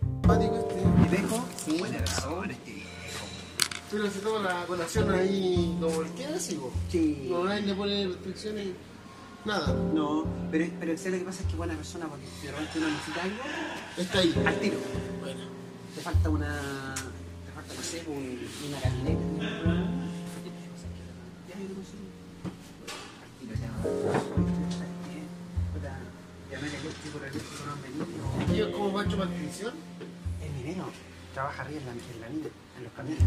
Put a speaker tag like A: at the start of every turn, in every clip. A: simpático este.
B: Dejo,
A: Sí.
B: buena razón este viejo.
A: Pero se toma la colación ahí como el clásico.
B: Sí.
A: No, nadie le pone restricciones, nada.
B: No, pero, pero ¿sabes lo que pasa? Es que buena persona, porque de repente uno necesita algo,
A: Está ahí.
B: al tiro.
A: Bueno.
B: Te falta una. Te falta, no sé, un- una camioneta. Ya, yo te consigo. Al tiro, ya. Puta, llamé al eléctrico, el eléctrico no han venido.
A: Aquí es como Pancho Maldición.
B: Es minero, trabaja arriba en la, en la mina, en los camiones.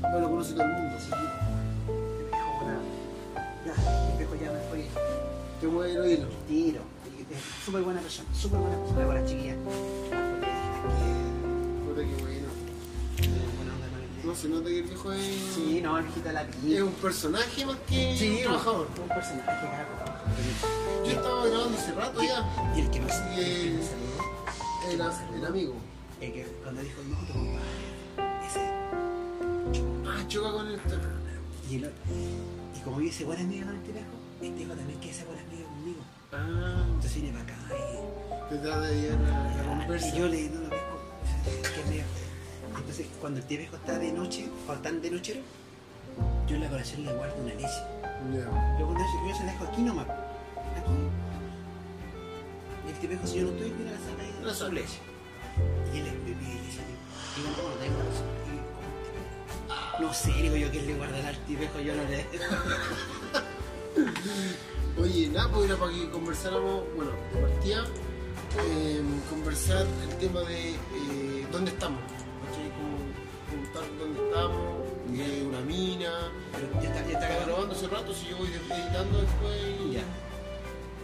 A: No lo conoce todo el mundo.
B: Sí, el viejo, puta. Ya, el viejo ya me fue.
A: Te mueve el oído.
B: Tiro. Y es Súper buena persona, súper buena persona con las chiquillas.
A: Puta que bueno. No se nota que el viejo es.
B: Sí, no, el viejito la
A: Es
B: pillé.
A: un personaje más que
B: Sí,
A: un trabajador.
B: Un personaje que trabaja.
A: Yo estaba grabando hace rato ya.
B: Y el que nos
A: Y
B: el que
A: el-
B: nos saludó,
A: El, as- el amigo.
B: el que cuando dijo no, tu compadre, ese.
A: Ah, choca con el.
B: Y, el, otro- y como yo hice buenas amigas con este viejo, este viejo también quiere hacer buenas amigas conmigo.
A: Ah,
B: Entonces viene para acá y.
A: te trata de llevar a la
B: Y
A: conversa.
B: yo le no lo pesco. Que medio. Entonces, cuando el tío viejo está de noche, o están de nochero, yo en la colación le guardo una leche.
A: Ya.
B: Yo cuando yo se la dejo aquí nomás. Aquí. Y el tío viejo, si yo no estoy, mira la sala y
A: La sala.
B: su leche. Y él me pide leche. Y yo no tengo razón. Y yo, ¿cómo te pide? No sé, digo yo que él le guardará al tío viejo, yo no le dejo.
A: Oye, nada, pues era para que conversáramos, bueno, de partida, eh, conversar el tema de eh, dónde estamos. ¿Cachai? Como preguntar dónde estamos, eh, una mina.
B: Pero ya está, ya está
A: Estaba
B: grabado.
A: grabando hace rato, si yo voy editando después y
B: Ya.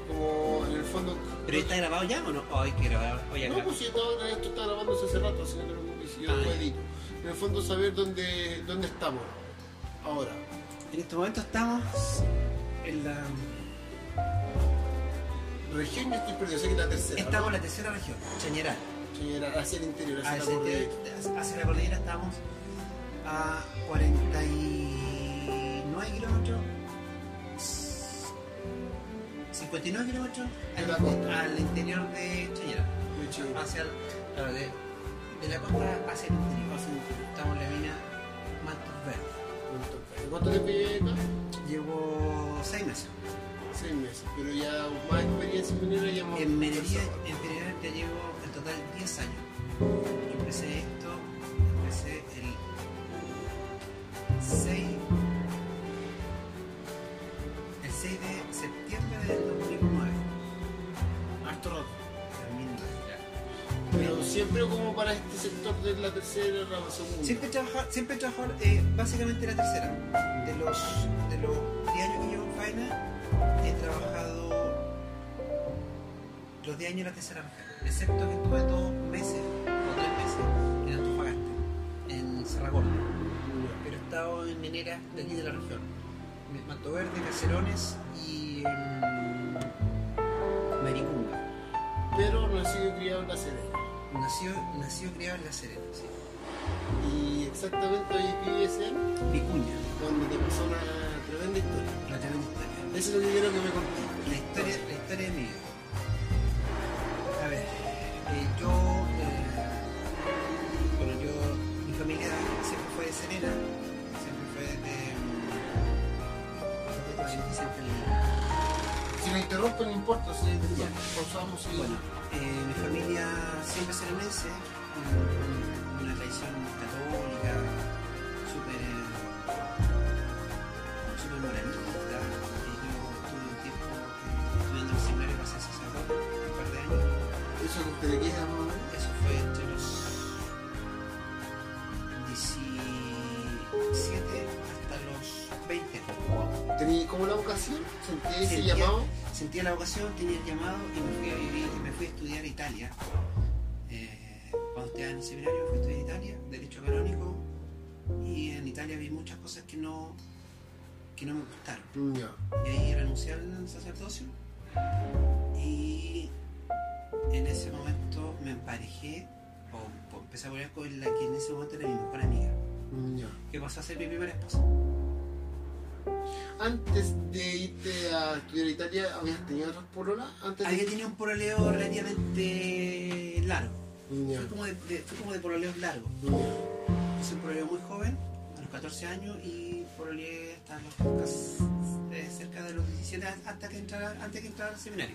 A: como en el fondo.
B: ¿Pero está grabado ya o no? Oh, hay que grabar. Oh, ya
A: No,
B: grabó.
A: pues si estaba- esto está grabándose hace rato, así que no te preocupes, si yo
B: Ah,
A: después
B: ya.
A: edito. En el fondo saber dónde, dónde estamos ahora.
B: En este momento estamos en la.
A: Región yo estoy perdido, sé que es la tercera.
B: Estamos en la tercera región, Ah, Chañaral.
A: ¿no? Sí, era hacia el interior, hacia la
B: Hacia,
A: cordillera.
B: hacia este, la cordillera estamos a 49 kilómetros. 59 kilómetros
A: De la
B: al,
A: costa.
B: al interior de Chañaral.
A: Muy chido.
B: Hacia el- claro, de, de la costa hacia el interior.
A: Hacia el interior.
B: Estamos en la mina Mantos Verdes.
A: Punto. ¿Cuánto te pillé acá?
B: Llevo 6 meses.
A: Seis meses, pero ya más experiencia en minera ya hemos
B: En minería,
A: conversado.
B: en minería ya llevo en total 10 años. Yo empecé esto, empecé el 6, el 6 de septiembre del 2009.
A: Harto rato.
B: 2009, ya.
A: Pero siempre como para este sector de la tercera, la segunda.
B: Siempre he trabajado, siempre he trabajado, eh, básicamente la tercera. De los, de los 10 años que llevo en faena, he trabajado los 10 años en la tercera región, excepto que estuve dos meses o tres meses en Antofagasta, en Cerragordo. pero he estado en mineras de aquí de la región. Mato Verde, Cacerones y mm, Maricunga.
A: Pero no he sido criado en la Serena.
B: Nació, nació criado en La Serena, sí.
A: Y exactamente hoy vives en
B: Vicuña,
A: donde te pasó una tremenda historia.
B: la tremenda historia.
A: Eso es lo que quiero que me contes.
B: La historia, la historia de mi vida. A ver, eh, yo, eh, bueno, yo, mi familia siempre fue de Serena, siempre fue de... de- siempre en-
A: Si me interrumpo, no importa, si
B: Ya.
A: pausamos y.
B: Bueno, eh, mi familia siempre serenense, con una tradición católica, súper eh, súper moralista. Eh, Yo estuve un tiempo eh, estudiando en el seminario para ser sacerdote, un par de años.
A: eso que te queda más o menos.
B: Eso fue entre los 17 hasta los 20 años.
A: Tenía como la vocación, sentí ese
B: Sentía-
A: llamado.
B: Sentía la vocación, tenía el llamado y me fui a vivir, me fui a estudiar a Italia. Eh, cuando estaba en el seminario me fui a estudiar a Italia, Derecho Canónico, y en Italia vi muchas cosas que no, que no me gustaron.
A: Ya.
B: Y ahí renuncié al sacerdocio y en ese momento me emparejé o, o empecé a volver con la que en ese momento era mi mejor amiga,
A: Ya.
B: que pasó a ser mi primera esposa.
A: Antes de irte a estudiar a Italia, ¿habías tenido otras pololas? Antes
B: Había
A: de...
B: tenido un pololeo relativamente largo.
A: Ya.
B: Fue como de, de- fue como de pololeos largos.
A: ya.
B: Hice un pololeo muy joven, a los 14 años, y pololeé hasta los casi, eh, cerca de los 17 hasta que entrara, antes que entrara al seminario.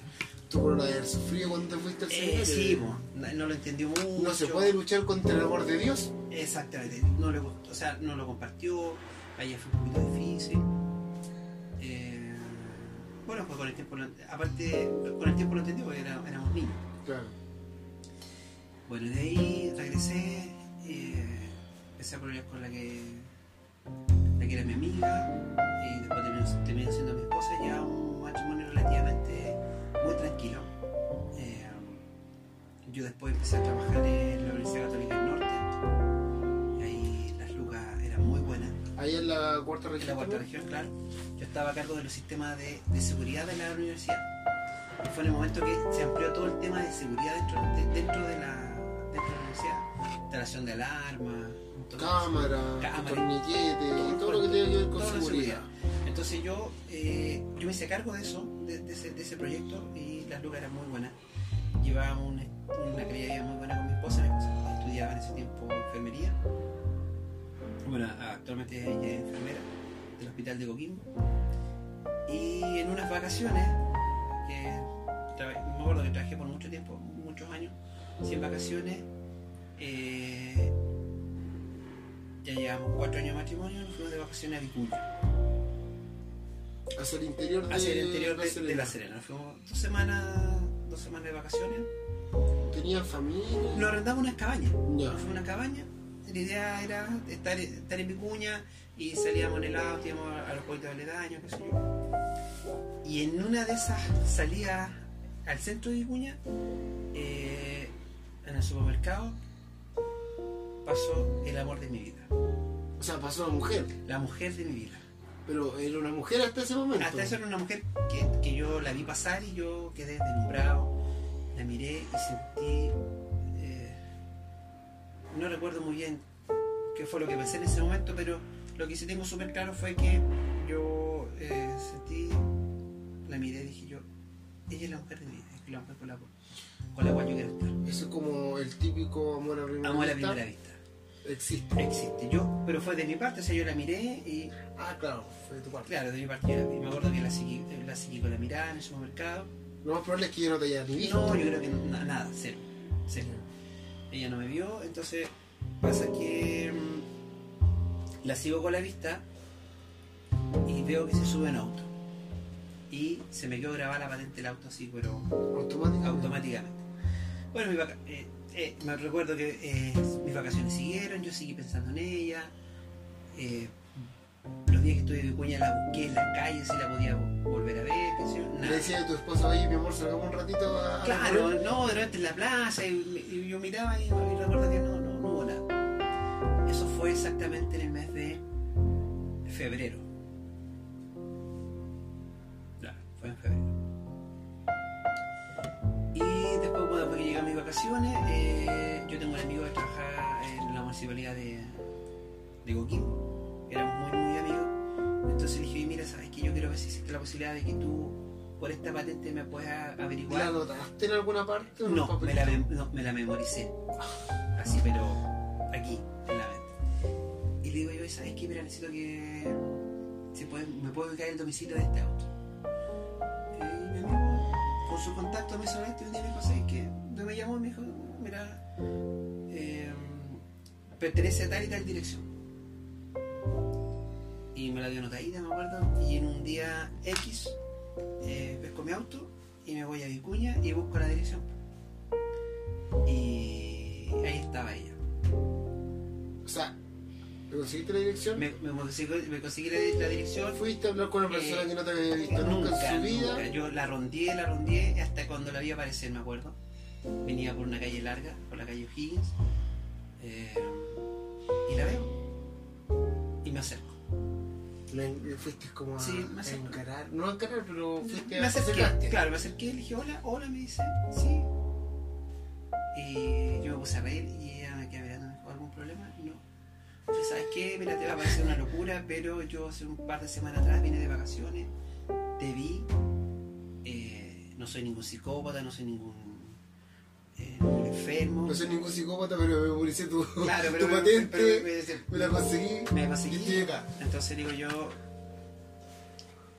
A: Tú por haber sufrido cuando te fuiste al seminario.
B: Eh, sí, po, no, no lo entendió mucho.
A: no se puede luchar contra el amor de Dios.
B: Exactamente, no le gustó, o sea, no lo compartió, para ella fue un poquito difícil. Eh, bueno, pues con el tiempo, lo- aparte, con el tiempo lo entendió, porque era- éramos niños.
A: Claro.
B: Bueno, y de ahí regresé, eh, empecé a problemas con la que, la que era mi amiga, y después terminó, terminó siendo mi esposa, ya un matrimonio relativamente muy tranquilo. Eh, yo después empecé a trabajar en la Universidad Católica del Norte, y ahí las lucas eran muy buenas,
A: Ahí en la cuarta
B: en la
A: región.
B: cuarta región, claro. Yo estaba a cargo de los sistemas de, de seguridad de la universidad. Y fue en el momento que se amplió todo el tema de seguridad dentro de, dentro de, la, dentro de la universidad. Instalación de alarma, todo eso.
A: Cámara,
B: Cámara.
A: torniquete,
B: el
A: todo lo que
B: cuerpo,
A: tiene que ver con
B: toda la
A: seguridad.
B: Entonces yo, eh, yo me hice cargo de eso, de, de ese, de ese proyecto, y las lucas eran muy buenas. Llevaba un- una calidad de vida muy buena con mi esposa, mi esposa estudiaba en ese tiempo enfermería. Bueno, actualmente ella es enfermera del hospital de Coquimbo. Y en unas vacaciones, que traba- me acuerdo que trabajé por mucho tiempo, muchos años, sin vacaciones, eh, ya llevamos cuatro años de matrimonio, nos fuimos de vacaciones a Vicuña
A: Hacia el interior de,
B: hacia el interior
A: la
B: de, de
A: Serena.
B: La Serena. Fuimos dos semanas, dos semanas de vacaciones.
A: Tenía familia.
B: Nos arrendamos unas cabañas.
A: Ya.
B: Nos fuimos a una cabaña. La idea era estar, estar en Vicuña y salíamos en el auto, íbamos a, a los pueblos aledaños, qué sé yo. Y en una de esas salidas al centro de Vicuña, eh, en el supermercado, pasó el amor de mi vida.
A: O sea, pasó una mujer.
B: La mujer de mi vida.
A: Pero era una mujer hasta ese momento.
B: Hasta eso era una mujer que, que yo la vi pasar y yo quedé deslumbrado. La miré y sentí. eh, no recuerdo muy bien qué fue lo que pensé en ese momento, pero lo que sí tengo súper claro fue que yo eh, sentí. La miré y dije yo: Ella es la mujer de mi vida, es la mujer con la, con la cual yo quiero estar.
A: Eso es como el típico amor a primera
B: Amo a la
A: vista.
B: primera vista.
A: Existe.
B: Existe. Yo, pero fue de mi parte, o sea, yo la miré y
A: Ah, claro, fue de tu parte.
B: claro, de mi parte, yo la vi. me acuerdo que la seguí, la seguí con la mirada en el supermercado.
A: Lo más probable es que yo no te haya ni visto.
B: No, yo creo que na- nada, cero, cero. Ella no me vio, entonces pasa que mm, la sigo con la vista y veo que se sube en auto. Y se me quedó grabada la patente del auto así, pero
A: Ah. Automáticamente.
B: automáticamente. Bueno, mi vaca- eh, eh, me recuerdo que eh, mis vacaciones siguieron, yo seguí pensando en ella. eh, los días que estuve en Vicuña la busqué en la calle, si la podía vo- volver a ver, qué sé yo,
A: Le
B: nada.
A: decía a tu esposa, oye, mi amor, salgamos un ratito a. a
B: Claro,
A: correr".
B: no, de repente en la plaza, y, me- y yo miraba y, y recuerdo que no, no, no hubo nada. Eso fue exactamente en el mes de febrero. Claro, fue en febrero. Y después, bueno, después que llegan mis vacaciones, eh, yo tengo un amigo que trabaja en la municipalidad de, de Coquimbo. Éramos muy, muy amigos. Entonces le dije, mira, sabes que yo quiero ver si existe la posibilidad de que tú, por esta patente, me puedas averiguar.
A: ¿La anotaste en alguna parte? o en un
B: No,
A: papel?
B: me la, mem- no, me la memoricé. Así, pero aquí, en la mente. Y le digo yo, ¿sabes qué? Mira, necesito que... si puede- me puedo ubicar el domicilio de este auto. Y mi amigo, con su contacto, me hizo esto y un día me dijo, ¿sabes qué? No me llamó y me dijo, mira, eh, pertenece a tal y tal dirección. Y me la dio anotadita, me acuerdo. Y en un día X, eh, pesco mi auto y me voy a Vicuña y busco la dirección. Y ahí estaba ella.
A: O sea, ¿le conseguiste la dirección?
B: Me, me conseguí, me conseguí la, la dirección.
A: Fuiste a hablar con una persona
B: Eh,
A: que no te había visto nunca, en su vida.
B: nunca. Yo la rondeé, la rondeé hasta cuando la vi aparecer, me acuerdo. Venía por una calle larga, por la calle O'Higgins. eh, y la veo. Y me acerco.
A: La en- fuiste como a,
B: Sí, me
A: a
B: acerco.
A: encarar. No a encarar, pero fuiste
B: me
A: a
B: acerqué,
A: acercarte.
B: claro, me acerqué y le dije, hola, hola, me dice, sí. Y yo me puse a reír y ella me quedé mirando, me dijo, ¿algún problema? No. Pues, ¿sabes qué? Mira, te va a parecer una locura, pero yo hace un par de semanas atrás vine de vacaciones, te vi, eh, no soy ningún psicópata, no soy ningún eh, ningún enfermo.
A: No soy ningún psicópata, pero me memoricé tu,
B: Claro, pero,
A: tu
B: me-
A: patente,
B: pero me-
A: me la conseguí.
B: me, me va a
A: y
B: seguir.
A: estoy acá.
B: Entonces digo yo,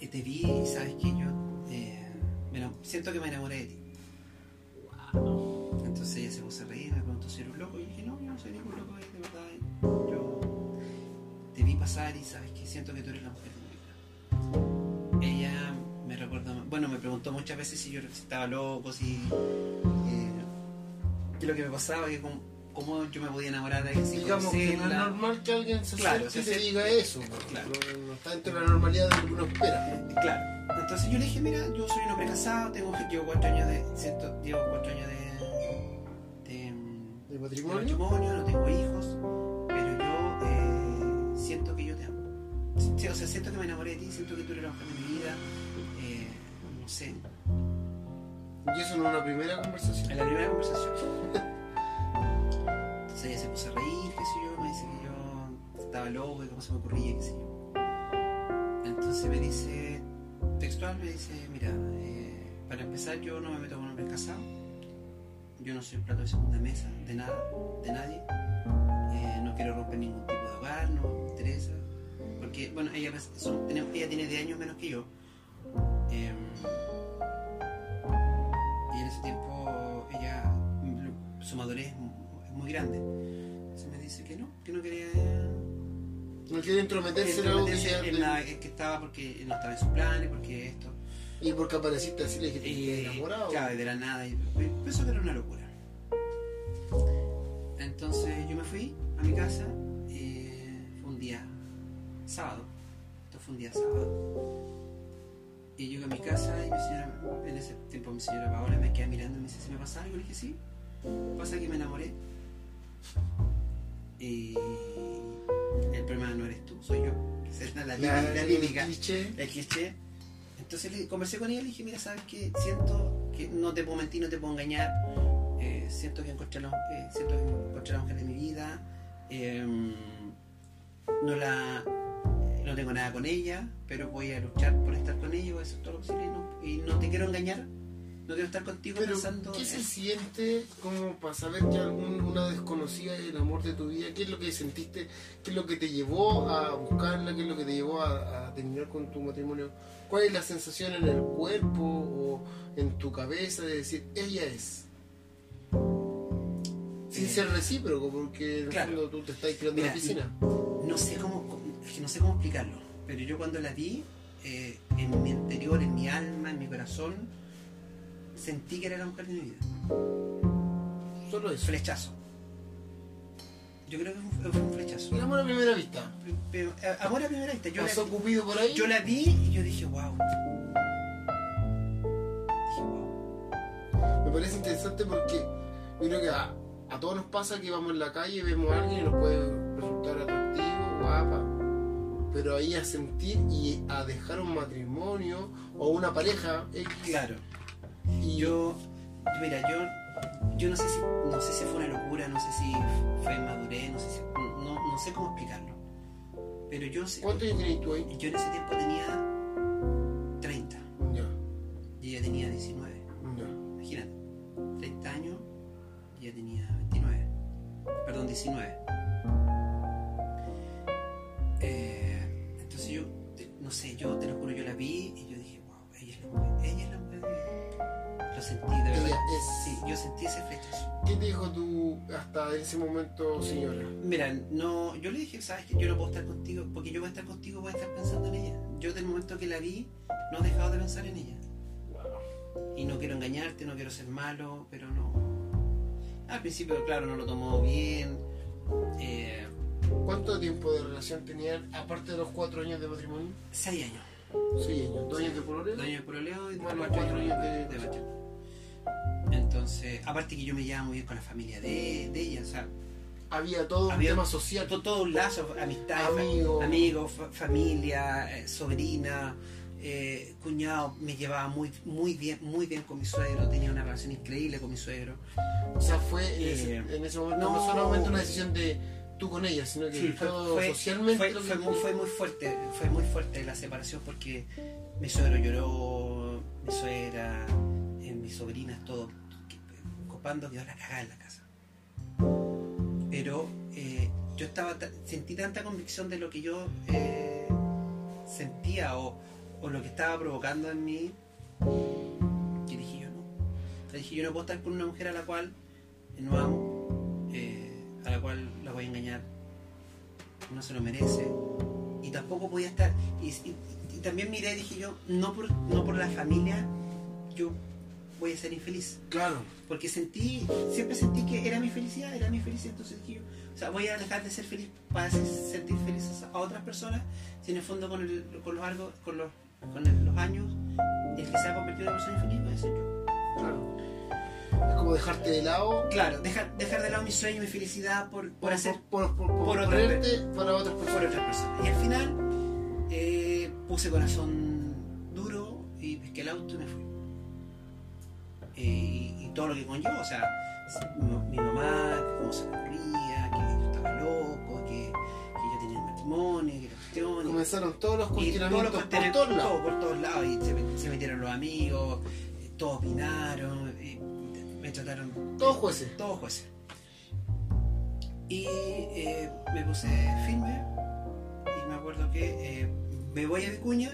B: eh, te vi y sabes que yo eh, me enam- siento que me enamoré de ti. Entonces ella se puso a reír, me preguntó si era un loco. Y dije, no, yo no soy ningún loco, eh, de verdad. eh, Yo te vi pasar y sabes que siento que tú eres la mujer de mi vida. Ella me recordó, bueno, me preguntó muchas veces si yo estaba loco, si. eh, qué es lo que me pasaba, que cómo, cómo yo me podía enamorar de alguien sin
A: Digamos que no es
B: conocerla.
A: normal que alguien se
B: Claro,
A: acerque y
B: se
A: te
B: acerque.
A: diga eso. ¿no?
B: Claro.
A: No, no está dentro de la normalidad de lo que uno espera.
B: Claro. Entonces yo le dije, mira, yo soy un hombre casado, tengo, llevo cuatro años de, siento- llevo cuatro años de, de, mm,
A: ¿De
B: de
A: matrimonio?
B: matrimonio, no tengo hijos, pero yo eh, siento que yo te amo. Sí, O sea, siento que me enamoré de ti, siento que tú eres la mujer de mi vida, eh, no sé,
A: Y eso no es una primera conversación.
B: en la primera conversación. Entonces ella se puso a reír, qué sé yo, me dice que yo estaba loco y cómo se me ocurría, qué sé yo. Entonces me dice, textual me dice, mira, eh, para empezar yo no me meto con hombres casados, yo no soy plato de segunda mesa, de nada, de nadie, Eh, no quiero romper ningún tipo de hogar, no me interesa, porque, bueno, ella, pens- son- tiene- ella tiene 10 años menos que yo. Em, y en ese tiempo ella, mm, su madurez es mu- es muy grande. Entonces me dice que no, que no quería
A: No quiere intrometerse en algo que
B: meterse
A: ya-
B: en la en que estaba porque no estaba en sus planes, porque esto.
A: Y porque apareciste así le dijiste que
B: Y,
A: te enamorado.
B: Eh, claro, y de la nada. Y y pensó que era una locura. Entonces yo me fui a mi casa. eh, fue un día sábado. Esto fue un día sábado. Y llego a mi casa y mi señora, en ese tiempo mi señora Paola me queda mirando y me dice, ¿se me pasa algo? Le dije, sí. Pasa que me enamoré. Y el problema no eres tú, soy yo. Esa es la, la,
A: Claro,
B: la
A: el
B: típica
A: cliché.
B: el cliché. Entonces le, conversé con ella y le dije, mira, sabes que siento que no te puedo mentir, no te puedo engañar, eh, siento que encontré la, eh, siento que encontré a la mujer de mi vida, eh, no la eh, no tengo nada con ella, pero voy a luchar por estar con ella, voy a hacer todo lo posible y no, y no te quiero engañar, no quiero estar contigo
A: Pero,
B: pensando
A: ¿qué se
B: en-
A: siente como para saber que alguna desconocida es el amor de tu vida? ¿Qué es lo que sentiste? ¿Qué es lo que te llevó a buscarla? ¿Qué es lo que te llevó a, a terminar con tu matrimonio? ¿Cuál es la sensación en el cuerpo o en tu cabeza de decir, ella es? Sin
B: Eh,
A: ser recíproco, porque en el
B: claro.
A: fondo tú te estás creando
B: Mira,
A: la piscina.
B: no sé cómo es que no sé cómo explicarlo pero yo cuando la vi eh, en mi interior en mi alma en mi corazón sentí que era la mujer de mi vida
A: Solo eso.
B: flechazo yo creo que fue un, fue un flechazo
A: El amor a primera vista.
B: Pero, eh, amor a primera vista yo
A: ¿Pasó
B: la,
A: Cupido por ahí?
B: yo la vi y yo dije wow dije wow
A: Me parece interesante porque yo creo que a, a todos nos pasa que vamos en la calle y vemos a alguien y nos puede resultar atractivo, guapa, pero ahí a sentir y a dejar un matrimonio o una pareja X,
B: claro
A: y
B: yo mira yo yo no sé si no sé si fue una locura no sé si fue madurez no sé si- no, no sé cómo explicarlo pero yo sé
A: ¿Cuántos años tenías tú ahí?
B: Yo en ese tiempo tenía 30
A: Ya,
B: y ella tenía 19.
A: ya.
B: Imagínate, 30 años y ella tenía 29. Perdón, 19. Eh, entonces yo, te- no sé, yo te lo juro, yo la vi y yo dije, wow, ella es la mujer, ella es la mujer. de mi vida". Lo sentí, de verdad.
A: Ella es.
B: Eh, Sí, yo sentí ese flechazo.
A: ¿Qué te dijo tú hasta ese momento, señora?
B: Mira, no, yo le dije, sabes que yo no puedo estar contigo, porque yo voy a estar contigo, voy a estar pensando en ella. Yo del momento que la vi, no he dejado de pensar en ella. Y no quiero engañarte, no quiero ser malo, pero no. Al principio, claro, no lo tomó bien. Eh,
A: ¿Cuánto tiempo de relación tenían, aparte de los cuatro años de matrimonio?
B: seis años.
A: Seis años. ¿Dos años de pololeo?
B: Dos años de pololeo y
A: Bueno,
B: cuatro
A: cuatro
B: años
A: años
B: de
A: de-
B: matrimonio. Entonces, aparte que yo me llevaba muy bien con la familia de, de ella, o sea,
A: Había todo un
B: Había-
A: tema social.
B: to- todo un lazo, amistad, fa-
A: Amigo.
B: amigos, fa- familia, eh, sobrina, eh, cuñado, me llevaba muy, muy bien, muy bien con mi suegro, tenía una relación increíble con mi suegro.
A: O sea, fue en ese,
B: Eh,
A: en ese momento no,
B: no.
A: solamente una decisión de tú con ella, sino que
B: Sí, fue,
A: todo
B: fue-
A: socialmente
B: fue-
A: lo que
B: fue muy, fue muy fuerte, fue muy fuerte la separación porque mi suegro lloró, mi suegra, eh, mis sobrinas, todo, que- con bandos quedó la cagada en la casa. Pero eh, yo estaba ta- sentí tanta convicción de lo que yo eh, sentía o, o lo que estaba provocando en mí que dije yo no. Le dije yo no puedo estar con una mujer a la cual no amo, eh, a la cual la voy a engañar, no se lo merece y tampoco podía estar. Y, y- y también miré y dije yo, no por, no por la familia, yo voy a ser infeliz.
A: Claro,
B: Porque sentí, siempre sentí que era mi felicidad, era mi felicidad. Entonces dije yo, o sea, voy a dejar de ser feliz para hacer sentir felices a otras personas. Si en el fondo con, el- con los, algo, con los, con el- los años, el que se ha convertido en una persona infeliz voy a ser yo.
A: claro. Es como dejarte de lado
B: Claro, dejar, dejar de lado mi sueño, mi felicidad por, por hacer
A: por, por, por,
B: por otra
A: ponerte para otras
B: por
A: personas.
B: otras personas. Y al final eh, puse corazón duro y pesqué el auto y me fui. Eh, y, y todo lo que conllevó, o sea, si- mi, mi mamá, cómo se aburría, que yo estaba loco, que, que yo tenía el matrimonio, que la cuestión. y-
A: Comenzaron todos los
B: y todos los
A: cuestionamientos por
B: cuestionamientos,
A: todos lados.
B: todo por todos lados, y se, met- se metieron los amigos, eh, todos opinaron, eh, me trataron
A: Todos jueces.
B: todos jueces. Y eh, me puse firme y me acuerdo que eh, me voy a Vicuña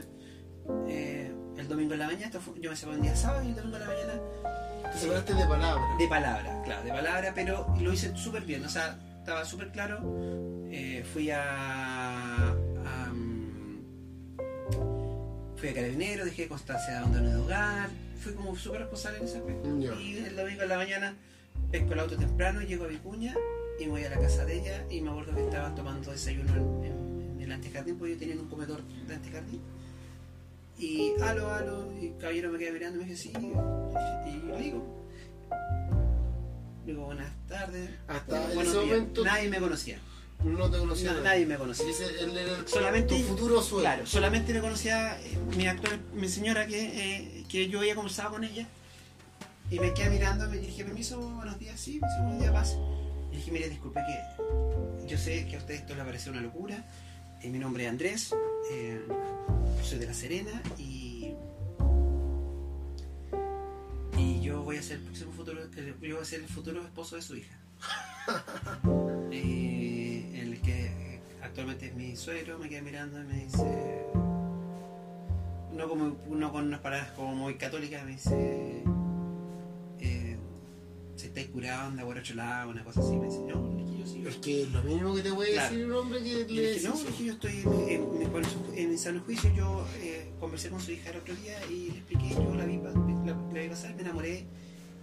B: eh, el domingo en la mañana, esto fue- yo me separé un día sábado y el domingo en la mañana
A: Te separaste de palabras.
B: de palabra, claro, de palabra, pero lo hice súper bien, o sea, estaba súper claro. Eh, fui a, a, mm, Fui a Carabinero, dejé constancia de abandono de hogar, fui como súper responsable en ese aspecto.
A: Ya.
B: Y el domingo en la mañana pesco el auto temprano, llego a Vicuña y me voy a la casa de ella y me acuerdo que estaban tomando desayuno en, en- en el antejardín, porque yo tenía un comedor de antejardín. Y aló, aló, y el caballero me queda mirando y me dice, sí, y yo le digo, digo, buenas tardes.
A: Hasta en
B: buenos
A: ese
B: días".
A: momento
B: Nadie me conocía,
A: no te conocía.
B: na-
A: nadie.
B: nadie me conocía.
A: Ese- él era el-
B: Solamente-
A: tu futuro sueño.
B: Claro, solamente me conocía eh, mi actual, mi señora, que, eh, que yo había conversado con ella, y me quedé mirando, me dije, permiso, buenos días, sí, me dice, buenos días, pase. Y dije, mire, disculpe que yo sé que a usted esto le parece una locura, eh, mi nombre es Andrés, eh, soy de La Serena, y, y yo voy a ser el próximo futuro, eh, yo voy a ser el futuro esposo de su hija. Eh, el que eh, actualmente es mi suegro me queda mirando y me dice no como no con unas palabras como muy católicas me dice eh, si estáis curado anda por otro lado una cosa así me dice no le dije, yo sí yo
A: Es que es lo mismo que te puede
B: Claro.
A: decir un hombre que
B: y le
A: le
B: dije, no, le
A: decís.
B: dije, yo estoy en, en- en- en- en sano juicio. Yo eh, conversé con su hija el otro día y le expliqué, yo la vi, pa- la, la vi pasar, me enamoré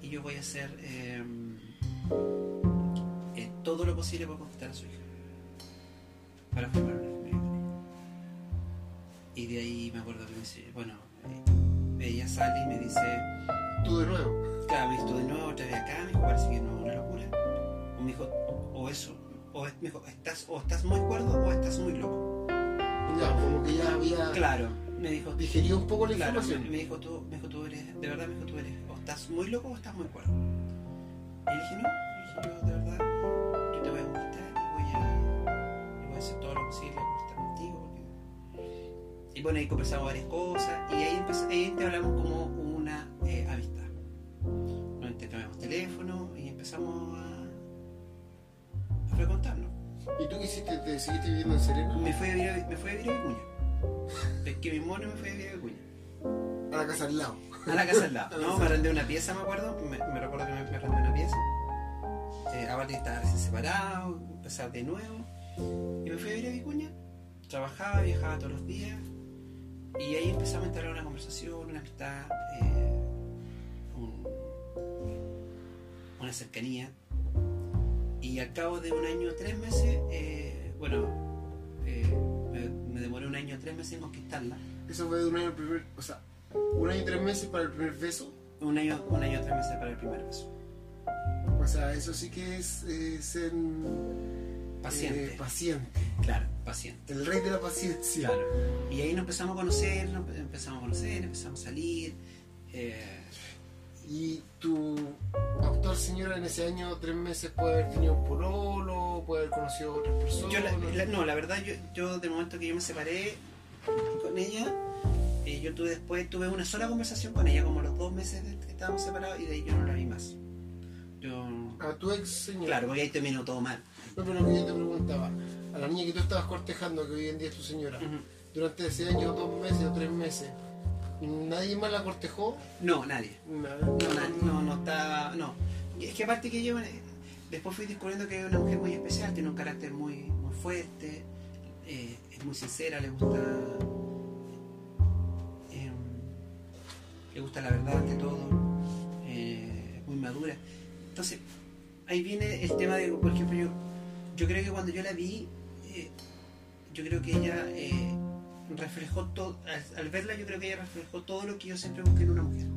B: y yo voy a hacer eh, eh, todo lo posible para conquistar a su hija. Para formar una familia. con ella. Y de ahí me acuerdo que me dice, bueno, eh, ella sale y me dice,
A: Tú de nuevo.
B: Claro, me dijo, de nuevo, otra vez acá, me dijo, parece que no es una locura. O me dijo, o eso, o es- me dijo, estás, o estás muy cuerdo o estás muy loco.
A: Ya, como que ya había
B: Claro, me dijo,
A: digerido un poco la
B: claro, me,
A: información.
B: me dijo, tú, me dijo, tú eres, de verdad me dijo, tú eres, o estás muy loco o estás muy cuerdo. Y le dije, no, le dije, yo de verdad, yo te voy a conquistar y voy a, y voy a hacer todo lo posible por estar contigo. porque- Y bueno, ahí conversamos varias cosas y ahí, empezó, ahí hablamos como una eh, amistad. Nos intercambiamos teléfono y empezamos a, a frecuentarnos.
A: ¿Y tú qué hiciste? ¿Te seguiste viviendo en Serena?
B: Me fui a vivir a, me fui a, vivir a Vicuña. Pesqué mi mono y me fui a vivir a Vicuña.
A: A la casa al lado.
B: A la casa al lado. No, me arrendé una pieza, me acuerdo. Me, me recuerdo que me, me arrendé una pieza. Eh, aparte que estaba recién separado, empezar de nuevo. Y me fui a vivir a Vicuña. Trabajaba, viajaba todos los días. Y ahí empezamos a entablar una conversación, una amistad, eh, un- una cercanía. Y al cabo de un año, tres meses, eh, bueno, eh, me, me demoré un año, tres meses en conquistarla.
A: Eso fue de un año al primer. O sea, un año y tres meses para el primer beso.
B: Un año, un año, tres meses para el primer beso.
A: O sea, eso sí que es eh, ser. eh,
B: Paciente.
A: paciente.
B: Claro, paciente.
A: El rey de la paciencia.
B: Claro. Y ahí nos empezamos a conocer, nos empe- empezamos a conocer, empezamos a salir. eh,
A: Y tu actual señora en ese año, tres meses, puede haber tenido un pololo, puede haber conocido a otras personas.
B: yo la- la- no, la verdad, yo, yo del momento que yo me separé con ella, eh, yo tuve después tuve una sola conversación con ella, como los dos meses de que estábamos separados, y de ahí yo no la vi más. yo...
A: A tu ex señora.
B: Claro, porque ahí terminó todo mal.
A: No, pero lo que yo te preguntaba, a la niña que tú estabas cortejando, que hoy en día es tu señora, durante ese año, dos meses o tres meses, ¿nadie más la cortejó?
B: No, nadie.
A: Nada.
B: No, nadie. No, no estaba... No. Y es que aparte que yo... eh, Después fui descubriendo que es una mujer muy especial, tiene un carácter muy, muy fuerte, eh, es muy sincera, le gusta... eh, le gusta la verdad ante todo, eh, es muy madura. Entonces, ahí viene el tema de, por ejemplo, yo, yo creo que cuando yo la vi, eh, yo creo que ella eh, reflejó todo, al, al verla yo creo que ella reflejó todo lo que yo siempre busqué en una mujer.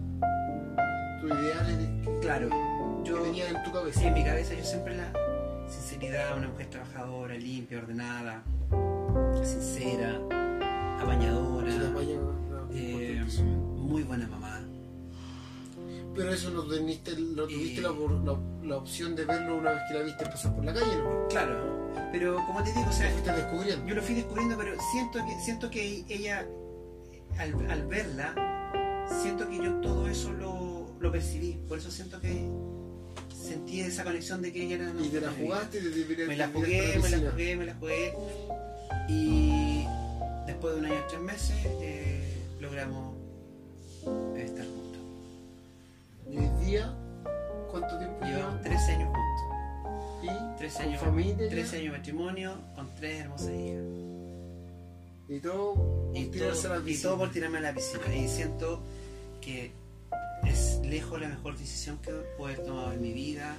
A: Tu ideal es que,
B: Claro,
A: que
B: yo
A: venía en tu cabeza.
B: pues, sí, en mi cabeza yo siempre la sinceridad, una mujer trabajadora, limpia, ordenada, sincera, apañadora,
A: Se la vaya- la-
B: eh, muy buena mamá.
A: Pero eso lo teniste, lo tuviste
B: Eh.
A: la, por- la, la opción de verlo una vez que la viste pasar por la calle, ¿no?
B: Claro, pero como te digo, o
A: La
B: sea,
A: fuiste descubriendo.
B: yo lo fui descubriendo, pero siento que siento que ella, al, al verla, siento que yo todo eso lo, lo percibí. Por eso siento que sentí esa conexión de que ella era una
A: Y te la
B: mujer de mi vida.
A: jugaste y te te-
B: Me la
A: te-
B: jugué,
A: te-
B: me
A: te-
B: la jugué, me la jugué. Y después de un año y tres meses eh, logramos estar juntos.
A: Y hoy día, ¿cuánto tiempo
B: Llevamos
A: llevas?
B: 13 años juntos.
A: ¿Y?
B: 13
A: ¿Con
B: años,
A: familia ya?
B: 13 años de matrimonio con tres hermosas hijas.
A: Y todo,
B: Y,
A: y tirarse
B: todo,
A: a la
B: y
A: piscina.
B: todo por tirarme a la piscina. Y siento que es lejos la mejor decisión que pude haber tomado en mi vida.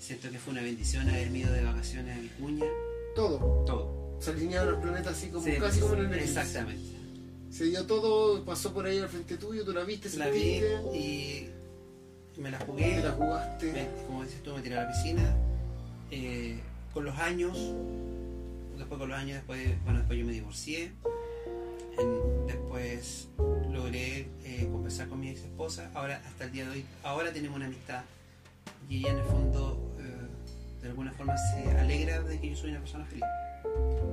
B: Siento que fue una bendición haberme ido de vacaciones a Vicuña.
A: Todo.
B: Todo.
A: Se alinearon los planetas así como,
B: Se-
A: casi como en el Netflix.
B: Exactamente.
A: Se dio todo, pasó por ahí al frente tuyo, tú la viste,
B: La vi
A: sentiste,
B: y me la
A: te
B: jugué.
A: la jugaste.
B: me- como dices tú, me tiré a la piscina. eh, con los años, después con los años, después, bueno, después yo me divorcié. en- después logré eh, conversar con mi ex esposa. Ahora, hasta el día de hoy, ahora tenemos una amistad. Y ella, en el fondo, eh, de alguna forma se alegra de que yo soy una persona feliz.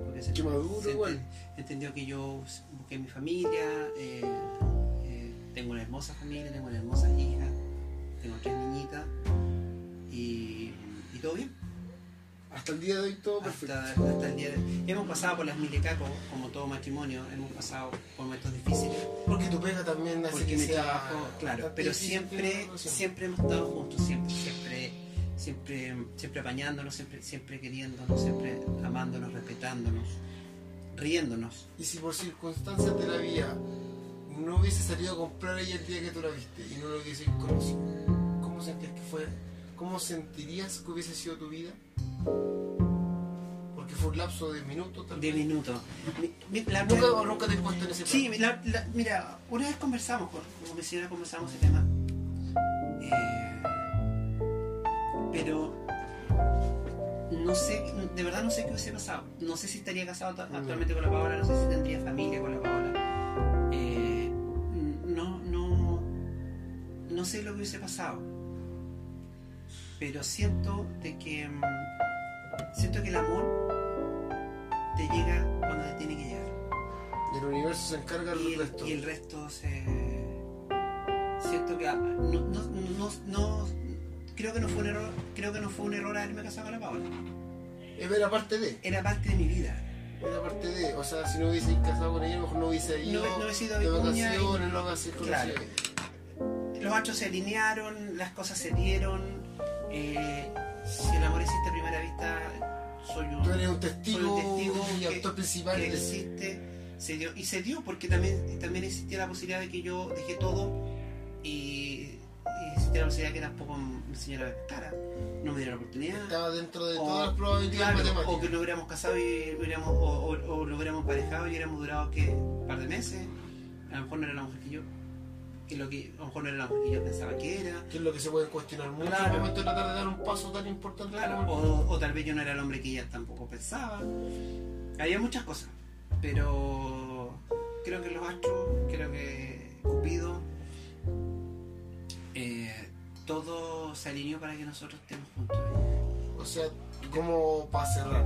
B: Porque se-
A: Qué maduro
B: se-
A: igual.
B: entendió que yo busqué mi familia, eh, eh, tengo una hermosa familia, tengo una hermosa hija, tengo tres niñitas y, y todo bien.
A: Hasta el día de hoy todo perfecto.
B: Hasta, hasta el día de- Hemos pasado por las mil de cacos, como todo matrimonio, hemos pasado por momentos difíciles,
A: Porque tu pega también hace
B: porque
A: que
B: mi
A: sea...
B: trabajo, claro,
A: bastante
B: pero
A: difícil tener
B: siempre,
A: una relación.
B: siempre hemos estado juntos, siempre, siempre, siempre, siempre apañándonos, siempre, siempre queriéndonos, siempre amándonos, respetándonos, riéndonos.
A: Y si por circunstancias de la vida no hubiese salido a comprar ella el día que tú la viste y no lo hubiese conocido, ¿cómo sentías que fue? ¿Cómo sentirías que hubiese sido tu vida? Porque fue un lapso de minutos tal
B: De
A: vez.
B: minuto. Mi- mi- la-
A: Nunca, o nunca te he puesto en ese
B: Sí,
A: plan.
B: la- la- mira, una vez conversamos con, con mi señora, conversamos ese tema. Eh, pero no sé, de verdad no sé qué hubiese pasado. No sé si estaría casado ta- actualmente con la Paola, no sé si tendría familia con la Paola. Eh, n- no, no, no sé lo que hubiese pasado. Pero siento de que mm, siento que el amor te llega cuando te tiene que llegar
A: Y el universo se encarga
B: y
A: del
B: el,
A: resto.
B: y el resto se siento que ah, no, no, no, no- creo que no fue un error creo que no fue un error haberme casado con la Paola
A: Es ver aparte de.
B: era parte de mi vida
A: Era parte de. O sea, si no hubiese casado con ella, a lo mejor no hubiese
B: no,
A: ido
B: no he sido
A: de
B: vicuña y
A: vacaciones, no hubiese
B: Claro. los hachos se alinearon las cosas se dieron eh, si el amor existe a primera vista soy
A: Tú
B: un
A: eres un testigo,
B: Soy un testigo
A: y
B: que-
A: actor principal.
B: que
A: de-
B: existe se dio y se dio porque también también existía la posibilidad de que yo dejé todo y, y existía la posibilidad que tampoco mi señora me pescara no me diera la oportunidad
A: Estaba dentro de
B: O-
A: todas las probabilidades
B: Oh, Claro, o que
A: matemáticas.
B: nos hubiéramos casado y hubiéramos o, o- o lo hubiéramos parejado y hubiéramos durado que un par de meses a lo mejor no era la mujer que yo que lo que a lo mejor no era la mujer que yo pensaba que era
A: que es lo que se puede cuestionar mucho
B: Claro.
A: al momento de tratar de dar un paso tan importante
B: Claro,
A: como
B: o, o tal vez yo no era el hombre que ella tampoco pensaba. Había muchas cosas, pero creo que los astros, creo que Cupido, eh, todo se alineó para que nosotros estemos juntos.
A: o sea como para cerrar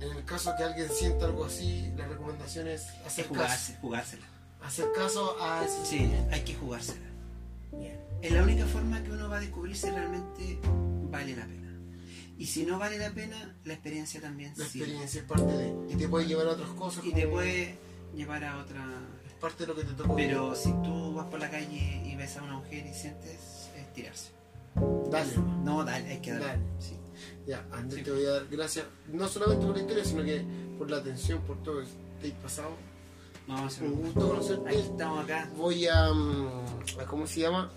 A: en el caso que alguien sienta algo así la recomendación es
B: Es
A: hacer caso
B: jugarse, jugársela.
A: hacer caso a ese
B: Sí, hay que jugársela. Es la única forma que uno va a descubrir si realmente vale la pena. Y si no vale la pena, la experiencia también
A: La
B: sirve.
A: experiencia es parte de. Y te puede llevar a otras cosas.
B: Y te
A: como-
B: puede llevar a otra
A: Es parte de lo que te tocó.
B: Pero si tú vas por la calle y ves a una mujer y sientes es tirarse.
A: Dale.
B: No, dale, hay que darle.
A: Dale.
B: Sí.
A: Ya, Andrés,
B: Sí.
A: te voy a dar gracias. No solamente por la historia, sino que por la atención, por todo. Te has pasado.
B: No, se
A: Un
B: me
A: gusto conocerte.
B: Aquí estamos acá.
A: Voy a, mm, a- ¿Cómo se llama?